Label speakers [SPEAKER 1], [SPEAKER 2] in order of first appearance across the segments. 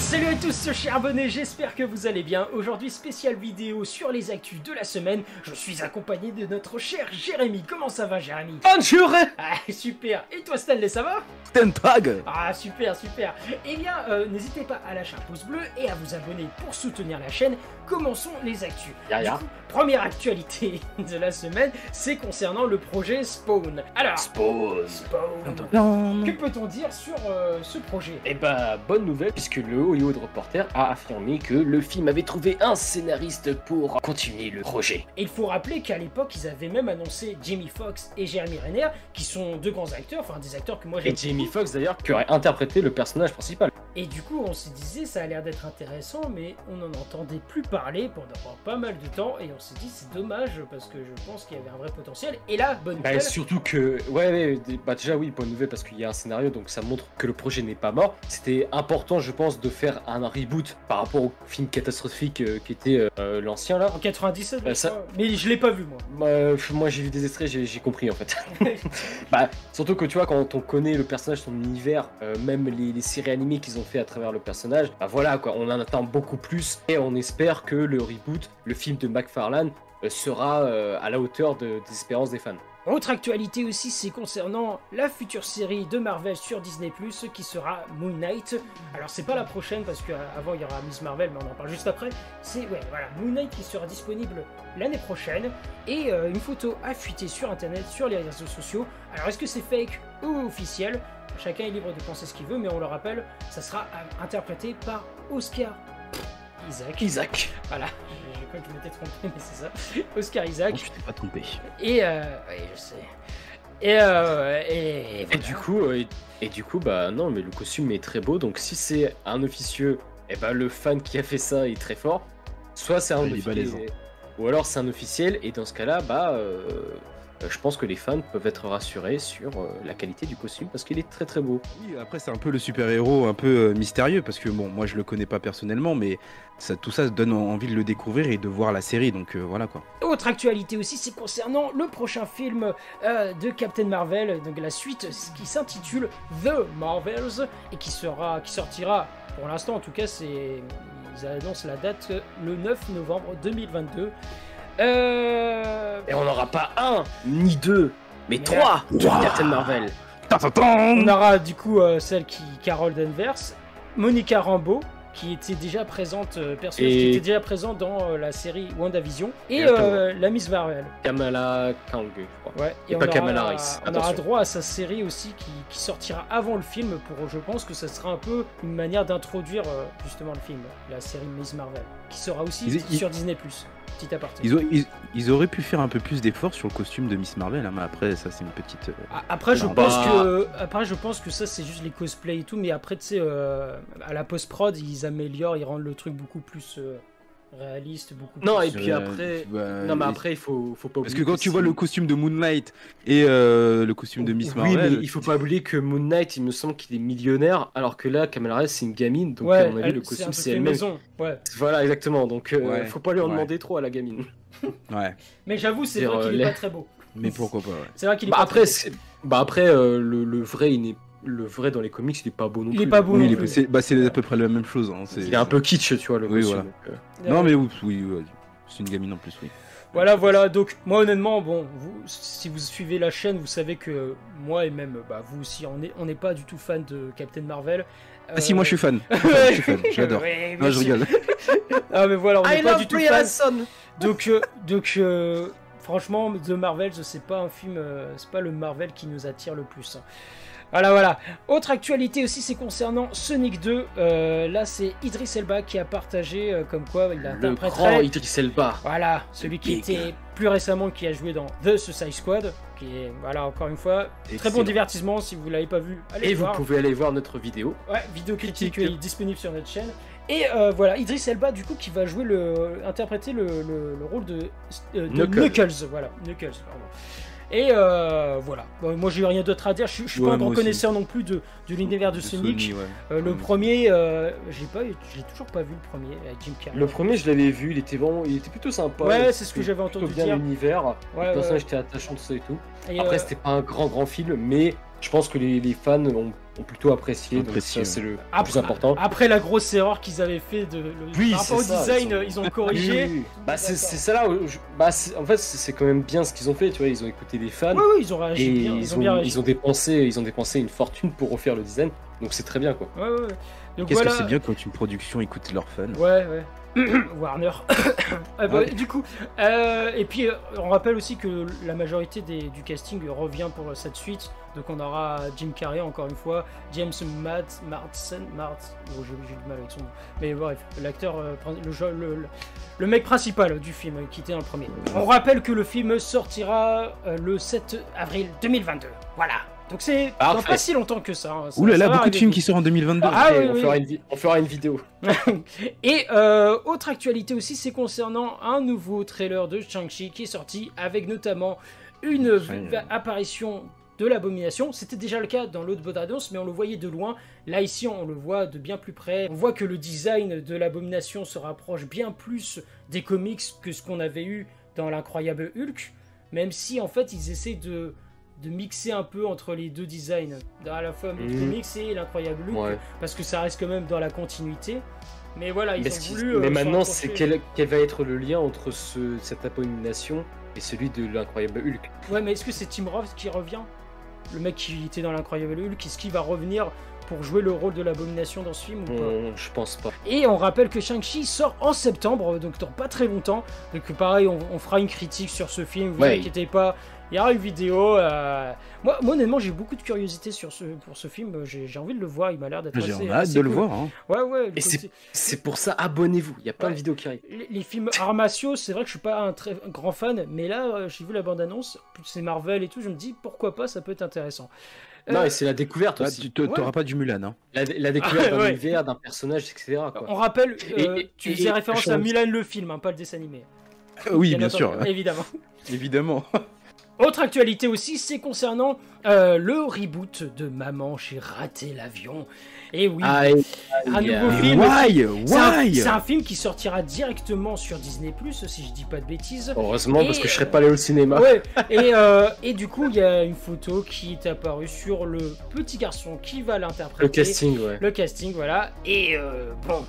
[SPEAKER 1] Salut à tous, c'est Charbonnet, j'espère que vous allez bien. Aujourd'hui, spéciale vidéo sur les actus de la semaine. Je suis accompagné de notre cher Jérémy. Comment ça va, Jérémy
[SPEAKER 2] Bonjour
[SPEAKER 1] Ah, super. Et toi, Stanley, ça va
[SPEAKER 2] Stentag
[SPEAKER 1] Ah, super, super. Eh bien, euh, n'hésitez pas à lâcher un pouce bleu et à vous abonner pour soutenir la chaîne. Commençons les actus.
[SPEAKER 2] Ya, ya.
[SPEAKER 1] Du coup, première actualité de la semaine, c'est concernant le projet Spawn. Alors,
[SPEAKER 2] Spose
[SPEAKER 1] Spawn. Que peut-on dire sur euh, ce projet
[SPEAKER 2] Eh bah, bonne nouvelle, puisque le Hollywood Reporter a affirmé que le film avait trouvé un scénariste pour continuer le projet.
[SPEAKER 1] Et il faut rappeler qu'à l'époque, ils avaient même annoncé Jimmy Fox et Jeremy Renner, qui sont deux grands acteurs, enfin des acteurs que moi j'aime.
[SPEAKER 2] Et Jamie Foxx d'ailleurs, qui aurait interprété le personnage principal.
[SPEAKER 1] Et du coup, on se disait, ça a l'air d'être intéressant, mais on n'en entendait plus parler pendant pas mal de temps, et on s'est dit, c'est dommage, parce que je pense qu'il y avait un vrai potentiel. Et là, bonne
[SPEAKER 2] Bah,
[SPEAKER 1] nouvelle,
[SPEAKER 2] surtout que, ouais, ouais, d- bah déjà oui, bonne nouvelle parce qu'il y a un scénario, donc ça montre que le projet n'est pas mort. C'était important, je pense, de faire un reboot par rapport au film catastrophique euh, qui était euh, euh, l'ancien là.
[SPEAKER 1] en 97,
[SPEAKER 2] Bah, ça-
[SPEAKER 1] je crois. mais je l'ai pas vu, moi.
[SPEAKER 2] Bah, pff, moi j'ai vu des extraits, j'ai j'ai compris en fait. bah, surtout que tu vois, quand on connaît le personnage, son univers, euh, même les, les séries animées qu'ils ont fait à travers le personnage, bah voilà quoi, on en attend beaucoup plus et on espère que le reboot, le film de McFarlane, euh, sera euh, à la hauteur de- des espérances des fans.
[SPEAKER 1] Autre actualité aussi, c'est concernant la future série de Marvel sur Disney+, qui sera Moon Knight. Alors c'est pas la prochaine, parce qu'avant il y aura Miss Marvel, mais on en parle juste après. C'est, ouais, voilà, Moon Knight qui sera disponible l'année prochaine, et euh, une photo a fuité sur Internet, sur les réseaux sociaux. Alors est-ce que c'est fake ou officiel Chacun est libre de penser ce qu'il veut, mais on le rappelle, ça sera euh, interprété par Oscar Isaac.
[SPEAKER 2] Isaac
[SPEAKER 1] Voilà, je, je crois que je m'étais trompé, mais c'est ça. Oscar Isaac.
[SPEAKER 2] Oh, tu t'es pas trompé.
[SPEAKER 1] Et euh, oui, je sais. Et euh, et,
[SPEAKER 2] Et du coup, euh, et, et du coup, bah non, mais le costume est très beau, donc si c'est un officieux, et ben le fan qui a fait ça est très fort. Soit c'est un
[SPEAKER 3] Il est hein. balaisant.
[SPEAKER 2] officiel, ou alors c'est un officiel, et dans ce cas-là, bah, euh, euh, je pense que les fans peuvent être rassurés sur euh, la qualité du costume parce qu'il est très très beau.
[SPEAKER 3] Oui, après c'est un peu le super-héros un peu euh, mystérieux parce que bon, moi je le connais pas personnellement, mais ça, tout ça donne en- envie de le découvrir et de voir la série, donc euh, voilà quoi.
[SPEAKER 1] autre actualité aussi, c'est concernant le prochain film euh, de Captain Marvel, donc la suite ce qui s'intitule The Marvels et qui sera, qui sortira. Pour l'instant, en tout cas, c'est ils annoncent la date euh, le 9 novembre 2022. Euh,
[SPEAKER 2] Et on n'aura pas un, ni deux, mais
[SPEAKER 1] Merde.
[SPEAKER 2] trois de Captain Marvel.
[SPEAKER 1] On aura du coup euh, celle qui Carol Danvers, Monica Rambeau qui était déjà présente euh, personnage qui
[SPEAKER 2] Et-
[SPEAKER 1] était déjà présent dans euh, la série WandaVision et
[SPEAKER 2] Et attends.
[SPEAKER 1] euh, la Miss Marvel.
[SPEAKER 2] Kamala Kang, je crois.
[SPEAKER 1] Ouais,
[SPEAKER 2] Et pas Kamala Harris,
[SPEAKER 1] on aura
[SPEAKER 2] attention.
[SPEAKER 1] droit à sa série aussi qui, qui sortira avant le film pour je pense que ça sera un peu une manière d'introduire euh, justement le film, la série Miss Marvel qui sera aussi
[SPEAKER 3] Ils- ils-
[SPEAKER 1] sur Disney+. Petit aparté.
[SPEAKER 3] Ils, ont- ils- ils auraient pu faire un peu plus d'efforts sur le costume de Miss Marvel, hein, mais après ça c'est une petite. euh,
[SPEAKER 1] A- Après je,
[SPEAKER 3] Non,
[SPEAKER 1] pense
[SPEAKER 2] bah-
[SPEAKER 1] que, après, je pense que ça, c'est juste les cosplays et tout, mais après, tu sais, euh, à la post-prod, ils améliorent, ils rendent le truc beaucoup plus euh, réaliste, beaucoup
[SPEAKER 2] Non,
[SPEAKER 1] plus...
[SPEAKER 2] et puis
[SPEAKER 3] euh,
[SPEAKER 2] après-
[SPEAKER 3] bah,
[SPEAKER 2] Non mais
[SPEAKER 3] les-
[SPEAKER 2] après il faut, faut pas
[SPEAKER 3] Parce que
[SPEAKER 2] oublier
[SPEAKER 3] quand tu
[SPEAKER 2] c'est-
[SPEAKER 3] vois le costume de Moon Knight et euh, le costume de Miss
[SPEAKER 2] Oui,
[SPEAKER 3] Marvel,
[SPEAKER 2] mais il faut pas oublier que Moon Knight, il me semble qu'il est millionnaire, alors que là, Kamala Harris, c'est une gamine, donc à mon avis,
[SPEAKER 1] elle-
[SPEAKER 2] le
[SPEAKER 1] c'est
[SPEAKER 2] costume,
[SPEAKER 1] un
[SPEAKER 2] c'est
[SPEAKER 1] truc
[SPEAKER 2] elle-même.
[SPEAKER 1] maison, ouais.
[SPEAKER 2] Voilà, exactement. Donc, euh,
[SPEAKER 3] Ouais,
[SPEAKER 2] faut pas lui en
[SPEAKER 3] ouais.
[SPEAKER 2] demander trop à la gamine.
[SPEAKER 3] ouais,
[SPEAKER 1] Mais j'avoue, c'est
[SPEAKER 2] Dire,
[SPEAKER 1] vrai
[SPEAKER 2] euh,
[SPEAKER 1] qu'il est
[SPEAKER 2] les-
[SPEAKER 1] pas très beau.
[SPEAKER 3] mais pourquoi pas. ouais.
[SPEAKER 1] C'est vrai qu'il est
[SPEAKER 2] Bah
[SPEAKER 1] pas
[SPEAKER 2] après,
[SPEAKER 1] très beau.
[SPEAKER 2] c'est- bah après, euh, le, le vrai, il n'est- le vrai dans les comics, il est pas beau non
[SPEAKER 1] Il
[SPEAKER 2] plus.
[SPEAKER 1] est pas beau
[SPEAKER 3] Oui,
[SPEAKER 1] non
[SPEAKER 3] il est-
[SPEAKER 1] plus.
[SPEAKER 3] c'est bah, c'est à peu près la même chose. hein, c'est-
[SPEAKER 2] Il est un peu kitsch, tu vois, le
[SPEAKER 3] Oui,
[SPEAKER 2] costume,
[SPEAKER 3] voilà.
[SPEAKER 2] donc, euh,
[SPEAKER 3] Non mais oups, oui, ouais, c'est une gamine en plus, oui.
[SPEAKER 1] Voilà, voilà. Donc, moi, honnêtement, bon, vous, si vous suivez la chaîne, vous savez que euh, moi et même bah, vous aussi, on n'est on n'est pas du tout fan de Captain Marvel. Euh,
[SPEAKER 3] Ah si, moi je suis fan. Je suis fan, je suis fan, j'adore. Non, je rigole.
[SPEAKER 1] Ah, mais voilà, on n'est
[SPEAKER 2] I
[SPEAKER 1] pas
[SPEAKER 2] love
[SPEAKER 1] du tout
[SPEAKER 2] Brie
[SPEAKER 1] fan.
[SPEAKER 2] Larson.
[SPEAKER 1] Donc, euh, donc euh, franchement, The Marvel, je sais pas un film, euh, c'est pas le Marvel qui nous attire le plus. hein. Voilà, voilà. Autre actualité aussi, c'est concernant Sonic 2. Euh, là, c'est Idris Elba qui a partagé euh, comme quoi il
[SPEAKER 2] Le
[SPEAKER 1] interpréterait.
[SPEAKER 2] grand Idris Elba.
[SPEAKER 1] Voilà, celui qui
[SPEAKER 3] Big.
[SPEAKER 1] était plus récemment qui a joué dans The Suicide Squad, qui est voilà encore une fois très bon
[SPEAKER 3] Excellent.
[SPEAKER 1] divertissement si vous l'avez pas vu. Allez
[SPEAKER 2] Et
[SPEAKER 1] le
[SPEAKER 2] vous
[SPEAKER 1] voir.
[SPEAKER 2] pouvez aller voir notre vidéo.
[SPEAKER 1] Ouais, vidéo critique
[SPEAKER 2] Critique.
[SPEAKER 1] est disponible sur notre chaîne. Et euh, voilà, Idris Elba, du coup, qui va jouer le, interpréter le, le- le rôle de, euh, de Knuckles.
[SPEAKER 2] Knuckles.
[SPEAKER 1] Voilà, Knuckles, pardon. Et euh, voilà, Bon, moi j'ai rien d'autre à dire, je, je suis
[SPEAKER 3] Ouais,
[SPEAKER 1] pas un
[SPEAKER 3] moi
[SPEAKER 1] grand
[SPEAKER 3] aussi.
[SPEAKER 1] connaisseur non plus de, de l'univers de, Sonic.
[SPEAKER 3] Sony, ouais.
[SPEAKER 1] Euh, le
[SPEAKER 3] Mm.
[SPEAKER 1] premier, euh, j'ai pas, j'ai toujours pas vu le premier, avec Jim Carrey.
[SPEAKER 2] Le premier, je l'avais vu, il était vraiment, il était plutôt sympa.
[SPEAKER 1] Ouais,
[SPEAKER 2] il
[SPEAKER 1] c'est ce que
[SPEAKER 2] était
[SPEAKER 1] j'avais
[SPEAKER 2] plutôt
[SPEAKER 1] entendu
[SPEAKER 2] bien
[SPEAKER 1] dire.
[SPEAKER 2] l'univers.
[SPEAKER 1] Ouais,
[SPEAKER 2] le
[SPEAKER 1] ouais.
[SPEAKER 2] personnage était attachant, tout ça et tout.
[SPEAKER 1] Et,
[SPEAKER 2] Après,
[SPEAKER 1] euh,
[SPEAKER 2] c'était pas un grand grand film, mais je pense que les, les fans ont, ont plutôt apprécié.
[SPEAKER 3] Apprécié,
[SPEAKER 2] donc ça, c'est le
[SPEAKER 1] Après-
[SPEAKER 2] plus important.
[SPEAKER 1] Après la grosse erreur qu'ils avaient fait de, le-
[SPEAKER 2] Oui,
[SPEAKER 1] par rapport au
[SPEAKER 2] c'est ça,
[SPEAKER 1] design,
[SPEAKER 2] ils ont-
[SPEAKER 1] ils ont corrigé.
[SPEAKER 2] Oui, oui, oui. Bah, c'est
[SPEAKER 1] D'accord.
[SPEAKER 2] c'est ça là où je- bah, c'est- en fait, c'est c'est quand même bien ce qu'ils ont fait, tu vois. Ils ont écouté les fans.
[SPEAKER 1] Ouais, ouais, ils ont
[SPEAKER 2] Et
[SPEAKER 1] réagi bien,
[SPEAKER 2] ils
[SPEAKER 1] ils
[SPEAKER 2] ont,
[SPEAKER 1] ont bien
[SPEAKER 2] ils
[SPEAKER 1] réagi.
[SPEAKER 2] ont dépensé, ils ont dépensé une fortune pour refaire le design, donc c'est très bien quoi.
[SPEAKER 1] Ouais, ouais, ouais. Donc
[SPEAKER 3] Qu'est-ce
[SPEAKER 1] voilà.
[SPEAKER 3] que c'est bien quand une production écoute leur fun
[SPEAKER 1] Ouais, ouais. Warner. Ah bah,
[SPEAKER 3] Ouais.
[SPEAKER 1] Du coup, euh, et puis euh, on rappelle aussi que la majorité des- du casting revient pour cette suite. Donc on aura Jim Carrey encore une fois, James Matt, Martsen, Mart, oh, j'ai j'ai du mal avec son nom. Mais bref, l'acteur, euh, prin- le, jo- le, le- le mec principal du film euh, qui était dans le premier. On rappelle que le film sortira euh, le 7 avril 2022. Voilà. Donc c'est dans
[SPEAKER 2] Parfait.
[SPEAKER 1] pas si longtemps que ça. hein. Ça-
[SPEAKER 3] Ouh là
[SPEAKER 1] ça
[SPEAKER 3] là,
[SPEAKER 1] va
[SPEAKER 3] beaucoup de
[SPEAKER 1] arriver
[SPEAKER 3] films
[SPEAKER 1] vite.
[SPEAKER 3] qui sortent en 2022.
[SPEAKER 1] Ah
[SPEAKER 2] Après,
[SPEAKER 1] oui,
[SPEAKER 2] on,
[SPEAKER 1] oui.
[SPEAKER 2] Fera une vi- on fera une vidéo.
[SPEAKER 1] Et euh, autre actualité aussi, c'est concernant un nouveau trailer de Shang-Chi qui est sorti avec notamment une
[SPEAKER 3] Shang-Chi.
[SPEAKER 1] vive apparition de l'abomination. C'était déjà le cas dans l'autre Bodados, mais on le voyait de loin. Là, ici, on le voit de bien plus près. On voit que le design de l'abomination se rapproche bien plus des comics que ce qu'on avait eu dans l'incroyable Hulk, même si en fait ils essaient de, de mixer un peu entre les deux designs, à la fois le
[SPEAKER 2] Mhm.
[SPEAKER 1] comics et l'incroyable Hulk
[SPEAKER 2] Ouais.
[SPEAKER 1] parce que ça reste quand même dans la continuité. Mais voilà, ils
[SPEAKER 2] Mais,
[SPEAKER 1] ont
[SPEAKER 2] ce qui-
[SPEAKER 1] voulu. euh,
[SPEAKER 2] mais
[SPEAKER 1] se
[SPEAKER 2] maintenant,
[SPEAKER 1] rapprocher.
[SPEAKER 2] c'est quel, quel va être le lien entre ce- cette abomination et celui de l'incroyable Hulk
[SPEAKER 1] Ouais, mais est-ce que c'est Tim Roth qui revient Le mec qui était dans l'incroyable Hulk, est-ce qu'il va revenir pour jouer le rôle de l'abomination dans ce film ou pas
[SPEAKER 2] On- Je pense pas.
[SPEAKER 1] Et on rappelle que Shang-Chi sort en septembre, donc dans pas très longtemps. Donc pareil, on, on fera une critique sur ce film, vous
[SPEAKER 2] Ouais.
[SPEAKER 1] inquiétez pas. Il y aura une vidéo. euh, Moi, moi, honnêtement, j'ai beaucoup de curiosité sur ce, pour ce film. J'ai j'ai envie de le voir, il m'a l'air d'être
[SPEAKER 3] Ah, J'ai
[SPEAKER 1] assez-
[SPEAKER 3] hâte de
[SPEAKER 1] assez
[SPEAKER 3] le
[SPEAKER 1] cool.
[SPEAKER 3] voir. hein.
[SPEAKER 1] Ouais, ouais. le
[SPEAKER 2] Et c'est-
[SPEAKER 1] côté-
[SPEAKER 2] C'est pour ça, abonnez-vous. Il y a plein
[SPEAKER 1] Ouais.
[SPEAKER 2] de vidéos qui arrivent.
[SPEAKER 1] Les, les films arts martiaux, c'est vrai que je suis pas un très un grand fan, mais là, euh, j'ai vu la bande-annonce, c'est Marvel et tout, je me dis pourquoi pas, ça peut être intéressant. Euh,
[SPEAKER 2] Non, et c'est la découverte
[SPEAKER 3] Toi,
[SPEAKER 2] aussi.
[SPEAKER 3] tu te-
[SPEAKER 1] Ouais.
[SPEAKER 3] Ah, t'auras pas du Mulan. hein.
[SPEAKER 2] La, la découverte
[SPEAKER 1] Ah,
[SPEAKER 2] d'un
[SPEAKER 1] ouais.
[SPEAKER 2] univers, d'un personnage, etc. quoi.
[SPEAKER 1] On rappelle,
[SPEAKER 2] Et-
[SPEAKER 1] euh,
[SPEAKER 2] et-
[SPEAKER 1] tu
[SPEAKER 2] et-
[SPEAKER 1] faisais référence à
[SPEAKER 2] chose.
[SPEAKER 1] Milan le film, hein, pas le dessin animé. Ah
[SPEAKER 3] Oui, bien sûr.
[SPEAKER 1] entendu, Évidemment.
[SPEAKER 3] Évidemment.
[SPEAKER 1] Autre actualité aussi, c'est concernant euh, le reboot de Maman, j'ai raté l'avion. Et oui,
[SPEAKER 2] Ah, et-
[SPEAKER 1] un
[SPEAKER 2] il y a-
[SPEAKER 1] nouveau
[SPEAKER 3] Mais
[SPEAKER 1] film.
[SPEAKER 3] Why
[SPEAKER 1] c'est un,
[SPEAKER 3] Why
[SPEAKER 1] c'est un film qui sortira directement sur Disney+, si je dis pas de bêtises.
[SPEAKER 2] Heureusement, parce
[SPEAKER 1] Et-
[SPEAKER 2] que je serais pas allé au cinéma.
[SPEAKER 1] Ouais, et, euh, et du coup, il y a une photo qui est apparue sur le petit garçon qui va l'interpréter.
[SPEAKER 2] Le casting, ouais.
[SPEAKER 1] Le casting, voilà. Et euh, bon,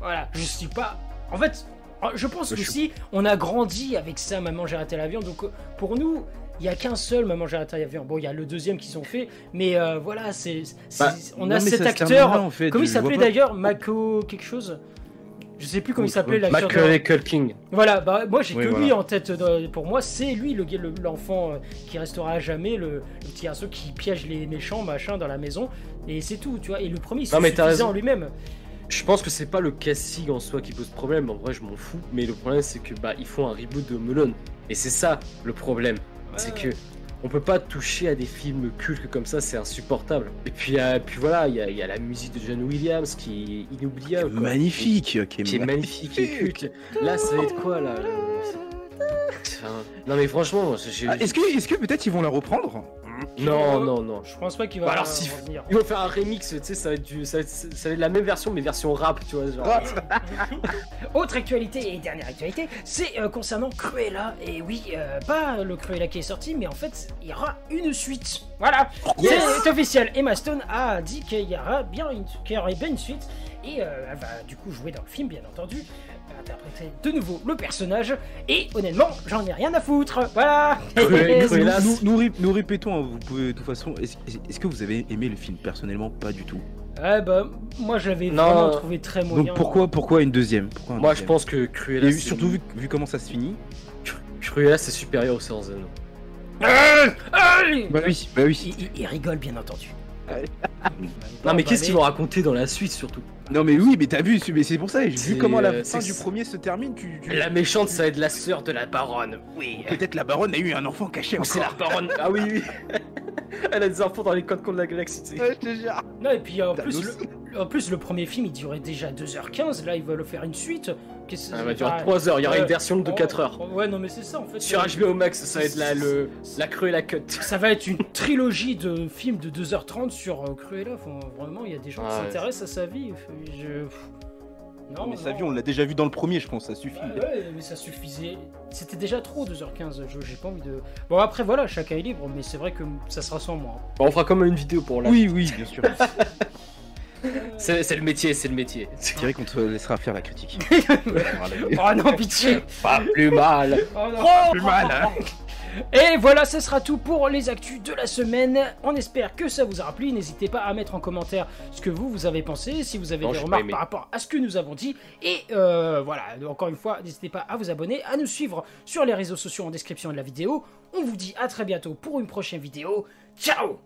[SPEAKER 1] voilà, je suis pas. En fait, oh, je pense
[SPEAKER 3] Je suis-
[SPEAKER 1] qu'ici, on a grandi avec ça, Maman, j'ai raté l'avion. Donc, euh, pour nous, il n'y a qu'un seul Maman, j'ai raté l'avion. Bon, il y a le deuxième qui sont faits, mais euh, voilà, c'est. c'est-
[SPEAKER 2] Bah,
[SPEAKER 1] on
[SPEAKER 3] Non,
[SPEAKER 1] a
[SPEAKER 3] mais
[SPEAKER 1] cet
[SPEAKER 3] ça se termine là,
[SPEAKER 1] acteur.
[SPEAKER 3] en fait,
[SPEAKER 1] Comment il
[SPEAKER 3] je vois
[SPEAKER 1] s'appelait
[SPEAKER 3] pas.
[SPEAKER 1] d'ailleurs Mako quelque chose Je sais plus comment il
[SPEAKER 3] Oui, je
[SPEAKER 1] s'appelait
[SPEAKER 3] vois.
[SPEAKER 1] l'acteur. de-
[SPEAKER 2] Michael King.
[SPEAKER 1] voilà, bah moi j'ai
[SPEAKER 3] Oui,
[SPEAKER 1] que
[SPEAKER 3] voilà.
[SPEAKER 1] lui en tête. euh, pour moi, c'est lui le- le- l'enfant euh, qui restera à jamais, le, le petit garçon qui piège les méchants, machin, dans la maison. Et c'est tout, tu vois. Et le premier, il se
[SPEAKER 2] Non, mais t'as
[SPEAKER 1] suffisait
[SPEAKER 2] raison.
[SPEAKER 1] en lui-même.
[SPEAKER 2] Je pense que c'est pas le casting en soi qui pose problème, en vrai je m'en fous, mais le problème c'est que bah ils font un reboot de Melon. Et c'est ça le problème,
[SPEAKER 1] Euh,
[SPEAKER 2] c'est que on peut pas toucher à des films cultes comme ça, c'est insupportable. Et puis, euh, puis voilà, il y, a- il y a la musique de John Williams qui est inoubliable. quoi.
[SPEAKER 3] Magnifique. euh, ok,
[SPEAKER 2] Qui est magnifique, qui est culte. Là ça va être quoi là le- Enfin, Non mais franchement, j'ai...
[SPEAKER 3] Ah, Est-ce que, est que peut-être ils vont la reprendre
[SPEAKER 2] Non, non, non.
[SPEAKER 1] Je pense pas qu'il va
[SPEAKER 2] Bah alors,
[SPEAKER 1] euh,
[SPEAKER 2] si-
[SPEAKER 1] revenir.
[SPEAKER 2] Ils vont faire un remix, tu sais, ça va être, du- ça va être- ça va être la même version, mais version rap, tu vois.
[SPEAKER 1] Ah,
[SPEAKER 2] Genre.
[SPEAKER 3] Ah,
[SPEAKER 1] Autre actualité et dernière actualité, c'est euh, concernant Cruella. Et oui, euh, pas le Cruella qui est sorti, mais en fait, il y aura une suite. Voilà,
[SPEAKER 2] Yes
[SPEAKER 1] c'est c'est officiel. Emma Stone a dit qu'il y aura bien une, qu'il y aurait bien une suite. Et euh, elle va du coup jouer dans le film, bien entendu. Interpréter de nouveau le personnage. Et honnêtement, j'en ai rien à foutre. Voilà.
[SPEAKER 2] Cruella-
[SPEAKER 3] nous,
[SPEAKER 2] Cruella-
[SPEAKER 3] nous- nous ré- nous répétons, hein, vous pouvez de toute façon. Est-ce est-ce que vous avez aimé le film Personnellement, pas du tout.
[SPEAKER 1] Ouais, bah, moi, je l'avais
[SPEAKER 2] Non.
[SPEAKER 1] vraiment trouvé très moyen.
[SPEAKER 3] Donc pourquoi, pourquoi une deuxième Pourquoi un
[SPEAKER 2] Moi, je
[SPEAKER 3] deuxième
[SPEAKER 2] pense que Cruella,
[SPEAKER 3] Et
[SPEAKER 2] c'est-
[SPEAKER 3] surtout vu, vu comment ça se finit.
[SPEAKER 2] Cruella, c'est supérieur aux séances de
[SPEAKER 1] Ah Ah
[SPEAKER 3] Bah oui, bah oui.
[SPEAKER 1] Il, il- il rigole, bien entendu.
[SPEAKER 2] Non, mais qu'est-ce qu'ils vont raconter dans la suite surtout
[SPEAKER 3] Non mais oui, mais t'as vu, c'est- mais c'est pour ça. Vu
[SPEAKER 2] C'est,
[SPEAKER 3] comment la
[SPEAKER 2] euh,
[SPEAKER 3] fin
[SPEAKER 2] c'est-
[SPEAKER 3] du premier se termine, tu. tu-
[SPEAKER 2] La méchante, ça va être la sœur de la baronne. Oui.
[SPEAKER 3] Peut-être la baronne a eu un enfant caché.
[SPEAKER 2] Ou c'est la
[SPEAKER 3] encore.
[SPEAKER 2] baronne. Ah oui, oui. Elle a des infos dans les codes contre la galaxie. tu sais.
[SPEAKER 3] Ouais, je te jure.
[SPEAKER 1] Non, et puis en plus,
[SPEAKER 3] Thanos.
[SPEAKER 1] le, en plus, le premier film il durait déjà 2h15. Là, ils veulent faire une suite. Qu'est-ce que
[SPEAKER 2] Ça
[SPEAKER 1] c'est-
[SPEAKER 2] Ah, va durer
[SPEAKER 1] enfin,
[SPEAKER 2] 3 heures. Il y aura
[SPEAKER 1] ouais.
[SPEAKER 2] une version de 4 heures.
[SPEAKER 1] Oh, Ouais, non, mais c'est ça en fait.
[SPEAKER 2] Sur
[SPEAKER 1] euh,
[SPEAKER 2] HBO Max, ça va être la, le, la crue et la cut.
[SPEAKER 1] Ça va être une trilogie de films de 2h30 sur euh, Cruella. Faut- vraiment, il y a des gens qui
[SPEAKER 2] Ah, Ouais.
[SPEAKER 1] s'intéressent à sa vie. Je- pff, Non,
[SPEAKER 3] mais sa
[SPEAKER 1] non.
[SPEAKER 3] vie, on l'a déjà vu dans le premier, je pense, ça suffit.
[SPEAKER 1] Ouais, ouais, mais ça suffisait. C'était déjà trop 2h15, je- j'ai pas envie de. Bon, après, voilà, chacun est libre, mais c'est vrai que ça sera sans moi.
[SPEAKER 2] Bon, on fera comme une vidéo pour la.
[SPEAKER 3] Oui, oui, bien sûr.
[SPEAKER 2] C'est c'est le métier, c'est le métier.
[SPEAKER 3] Je dirais qu'on te laissera faire la critique.
[SPEAKER 1] Oh non, pitié
[SPEAKER 2] Pas plus mal.
[SPEAKER 1] Oh non.
[SPEAKER 3] Plus mal, hein.
[SPEAKER 1] Et voilà, ça sera tout pour les actus de la semaine. On espère que ça vous aura plu. N'hésitez pas à mettre en commentaire ce que vous, vous avez pensé, si vous avez
[SPEAKER 2] Non,
[SPEAKER 1] des
[SPEAKER 2] j'ai pas
[SPEAKER 1] remarques
[SPEAKER 2] aimé.
[SPEAKER 1] par rapport à ce que nous avons dit. Et euh, voilà, encore une fois, n'hésitez pas à vous abonner, à nous suivre sur les réseaux sociaux en description de la vidéo. On vous dit à très bientôt pour une prochaine vidéo. Ciao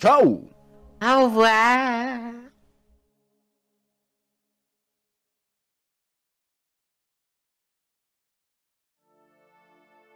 [SPEAKER 3] Ciao
[SPEAKER 4] Au revoir.